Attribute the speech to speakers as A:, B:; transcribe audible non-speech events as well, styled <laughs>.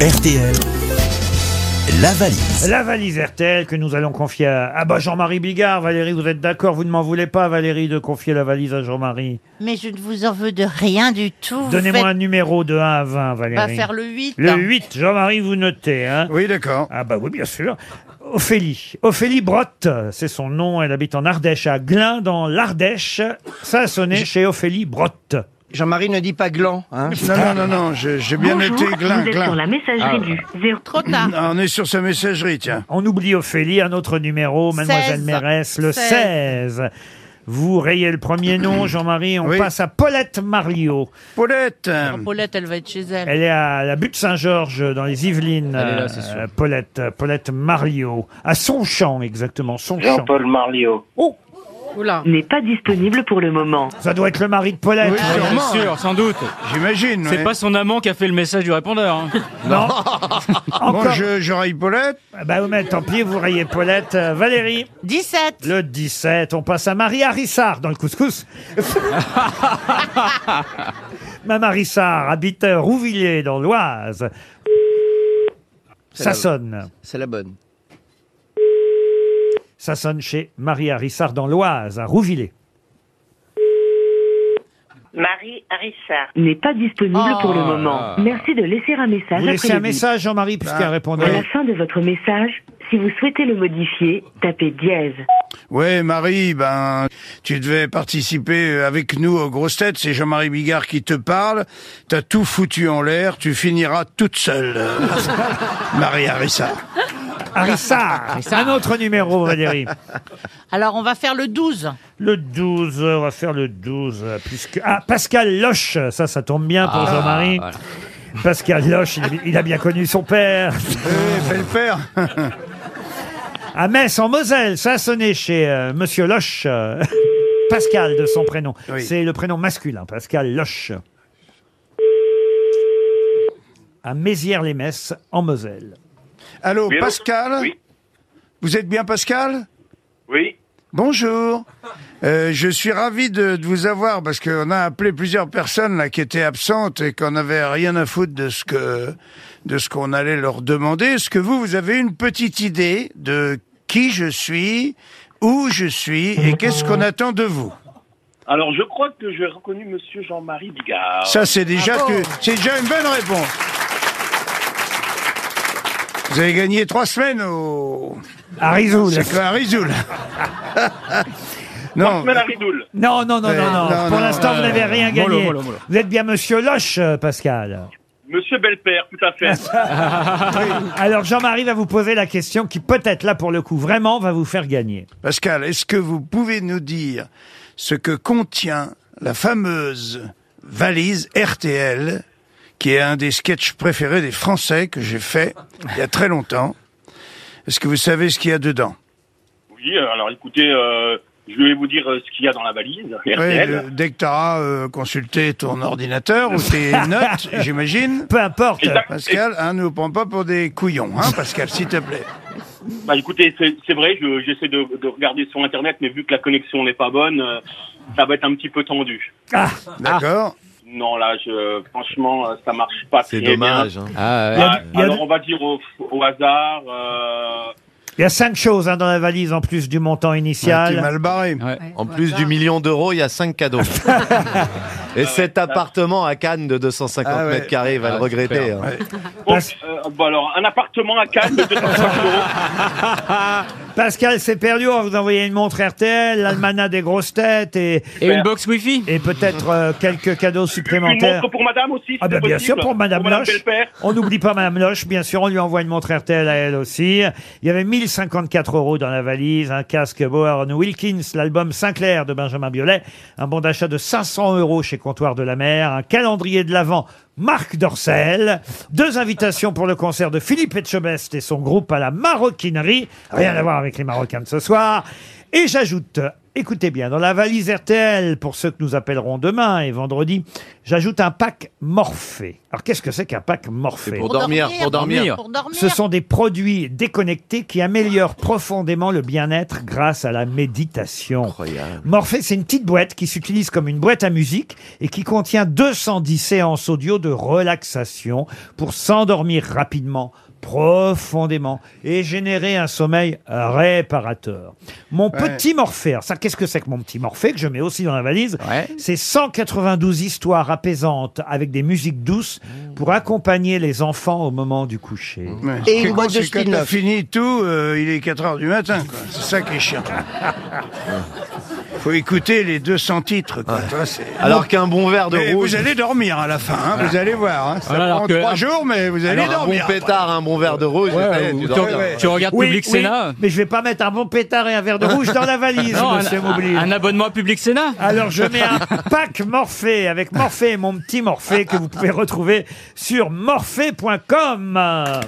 A: RTL, la valise.
B: La valise RTL que nous allons confier à, ah bah Jean-Marie Bigard. Valérie, vous êtes d'accord Vous ne m'en voulez pas, Valérie, de confier la valise à Jean-Marie
C: Mais je ne vous en veux de rien du tout. Vous
B: Donnez-moi un
C: faites-
B: numéro de 1 à
C: va
B: 20, Valérie.
C: faire le 8.
B: Le 8, Jean-Marie, vous notez. Hein
D: Oui, d'accord.
B: ah bah oui, bien sûr. Ophélie. Ophélie Brotte, c'est son nom. Elle habite en Ardèche, à Glin, dans l'Ardèche. Ça a sonné chez Ophélie Brotte.
E: Jean-Marie ne dit pas gland, hein
D: Non, non, non, non, j'ai j'ai bien noté
F: Bonjour,
D: Glin,
F: vous êtes sur
D: Glin.
F: la messagerie du 0.
C: Trop tard.
D: Ah, on est sur sa messagerie, tiens.
B: On oublie Ophélie, un autre numéro, Mademoiselle
C: 16.
B: Mérès, le 16.
C: 16.
B: Vous rayez le
C: <clears throat>
B: premier nom, Jean-Marie. On
D: Oui.
B: passe à Paulette Marliot.
D: Paulette euh,
C: Paulette, elle va être chez elle.
B: Elle est à la butte Saint-Georges, dans les Yvelines.
G: Elle est là,
B: euh,
G: c'est sûr.
B: Paulette, Paulette Marliot. À Sonchamp, exactement. Sonchamp.
H: Jean-Paul Marlio.
B: Oh,
C: Oula.
F: N'est pas disponible pour le moment.
B: ça doit être le mari de Paulette.
D: Oui,
G: Bien
D: sûrement, hein,
G: sûr, sans doute.
D: j'imagine.
G: C'est
D: oui.
G: pas son amant qui a fait le message du répondeur. hein.
B: Non.
D: Bon,
B: Encore.
D: je, je raille Paulette.
B: Bah, Omet, tant pis, vous rayez Paulette. Euh, Valérie,
C: 17.
B: le 17, on passe à Marie Harissard dans le couscous. Ma Harissard habite à Rouvillers, dans l'Oise.
E: C'est
B: Ça
E: la-
B: sonne.
E: C'est la bonne.
B: Ça sonne chez Marie Harissard dans l'Oise, à Rouvillers.
H: Marie Harissard.
F: N'est pas disponible pour le moment.
G: là.
F: Merci de laisser un message
B: Oh. Vous laissez
F: après
B: un
F: le bip.
B: message, Jean-Marie, puisqu'il y a
G: Ah.
B: un
F: À
B: répondeur.
F: la fin de votre message, si vous souhaitez le modifier, tapez dièse.
D: Ouais, Marie, ben, tu devais participer euh, avec nous aux grosses têtes. C'est Jean-Marie Bigard qui te parle. T'as tout foutu en l'air. Tu finiras toute seule. euh, <laughs> Marie Harissa.
B: Harissard, un autre numéro, Valérie.
C: Alors, on va faire le 12.
B: Le 12, on va faire le 12, euh, puisque... Ah, Pascal Loche, ça, ça tombe bien
D: Ah,
B: pour Jean-Marie. Pascal Loche, il, il a bien connu son père.
D: Eh, belle père.
B: À Metz, en Moselle, ça a sonné chez euh, Monsieur Loche. euh, Pascal, de son prénom.
D: Oui.
B: C'est le prénom masculin, Pascal Loche. À Mézières-les-Messes, en Moselle.
D: Allô,
H: Oui, allô
D: Pascal
H: Oui.
D: Vous êtes bien Pascal
H: Oui.
D: Bonjour. Euh, je suis ravi de, de vous avoir parce qu'on a appelé plusieurs personnes là qui étaient absentes et qu'on n'avait rien à foutre de ce que de ce qu'on allait leur demander. Est-ce que vous vous avez une petite idée de qui je suis, où je suis et qu'est-ce qu'on attend de vous
H: Alors, je crois que j'ai reconnu monsieur Jean-Marie Bigard.
D: Ça c'est déjà
B: Ah
D: que- c'est déjà une bonne réponse. Vous avez gagné trois semaines au
B: À Rizoul.
D: c'est
B: <laughs>
D: à Rizoul. non.
H: Madame la Ridoule.
B: Non, non, non,
D: Ouais,
B: non, non.
D: Eh, non,
B: Pour
D: non,
B: l'instant,
D: non,
B: vous
D: non,
B: n'avez
G: non,
B: rien
G: non.
B: gagné.
G: Mollo, mollo, mollo.
B: Vous êtes bien Monsieur Loche, euh, Pascal.
H: Monsieur Belpère, tout à fait.
D: Ah.
B: Alors, Jean-Marie va vous poser la question qui, peut-être là, pour le coup, vraiment va vous faire gagner.
D: Pascal, est-ce que vous pouvez nous dire ce que contient la fameuse valise RTL, qui est un des sketchs préférés des Français que j'ai fait il y a très longtemps Est-ce que vous savez ce qu'il y a dedans
H: oui, euh, alors écoutez, euh, je vais vous dire euh, ce qu'il y a dans la valise. RTL.
D: Oui, euh, Dès que tu auras consulté ton ordinateur ou tes notes, j'imagine.
B: Peu importe.
H: Exact.
D: Pascal, hein, ne nous prends pas pour des couillons, hein, Pascal, s'il te plaît.
H: Bah, écoutez, c'est c'est vrai, je- j'essaie de, de regarder sur Internet, mais vu que la connexion n'est pas bonne, euh, ça va être un petit peu tendu.
B: Ah,
D: D'accord
H: Non, là, je, franchement, euh, ça marche
D: Ah,
H: pas très bien.
I: hein.
B: il y a-
H: Ah,
B: il y a-
H: alors, on va dire au, au hasard. euh,
B: il y a cinq choses hein, dans la valise en plus du montant
D: T'es
B: initial.
D: mal barré.
I: En plus du million d'euros, il y a 5 cadeaux. Et cet appartement à Cannes de 250
D: Ah ouais.
I: mètres carrés, il va
G: Ah,
I: le regretter. hein.
H: bon,
B: Parce-
H: euh, bon, alors, un appartement à
B: <laughs>
H: Cannes de 250 euros.
B: Pascal s'est perdu. On va vous envoyer une montre RTL, l'almanach des grosses têtes et,
G: Et une box Wi-Fi
B: et peut-être euh, quelques cadeaux
H: Une
B: supplémentaires.
H: montre pour madame aussi, si
B: Ah ben
H: c'est
B: bien sûr
H: possible.
B: pour Madame Loche.
H: Belpère.
B: On n'oublie pas Madame Loche, bien sûr, on lui envoie une montre RTL à elle aussi. Il y avait 1054 euros dans la valise, un casque Bowen Wilkins, l'album Sinclair de Benjamin Biolay, un bon d'achat de 500 euros chez Comptoir de la Mer, un calendrier de l'Avent Marc Dorcel, deux invitations pour le concert de Philippe Etchebest et son groupe à la Maroquinerie, rien à voir avec les Marocains de ce soir, et j'ajoute Écoutez bien, dans la valise RTL, pour ceux que nous appellerons demain et vendredi, J'ajoute un pack Morphée. Alors qu'est-ce que c'est qu'un pack Morphée
I: pour dormir, pour dormir.
C: Pour dormir.
B: Ce sont des produits déconnectés qui améliorent profondément le bien-être grâce à la méditation.
I: Incroyable.
B: Morphée, c'est une petite boîte qui s'utilise comme une boîte à musique et qui contient 210 séances audio de relaxation pour s'endormir rapidement, profondément et générer un sommeil réparateur. Mon petit Morphée, alors ça qu'est-ce que c'est que mon petit Morphée que je mets aussi dans la valise
G: Ouais.
B: C'est 192 histoires apaisantes avec des musiques douces pour accompagner les enfants au moment du coucher.
D: Ouais.
E: Et
D: Ce qui
E: une
D: est
E: boîte
D: con,
E: de
D: c'est quand
E: spin-off.
D: t'as fini tout, euh, il est 4 heures du matin, quoi. C'est ça qui est chiant. Faut écouter les 200 titres, quoi. Toi, c'est-
I: Alors qu'un bon verre de
D: Mais
I: rouge, Ah.
D: vous allez dormir à la fin, hein, vous allez voir. hein. Ça
G: Voilà, alors
D: prend
G: que-
D: trois jours, mais vous allez
I: alors un bon
D: dormir.
I: pétard, un bon verre de rouge, eh, tu
G: Ou
I: dors
G: tu-
I: bien.
G: Tu regardes Public Sénat
B: mais je vais pas mettre un bon pétard et un verre de rouge dans la valise,
G: <laughs> Non, un,
B: monsieur
G: un-
B: Moublier.
G: un abonnement à Public Sénat
B: Alors je mets un pack Morphée avec Morphée et mon petit Morphée que vous pouvez retrouver sur morphée.com.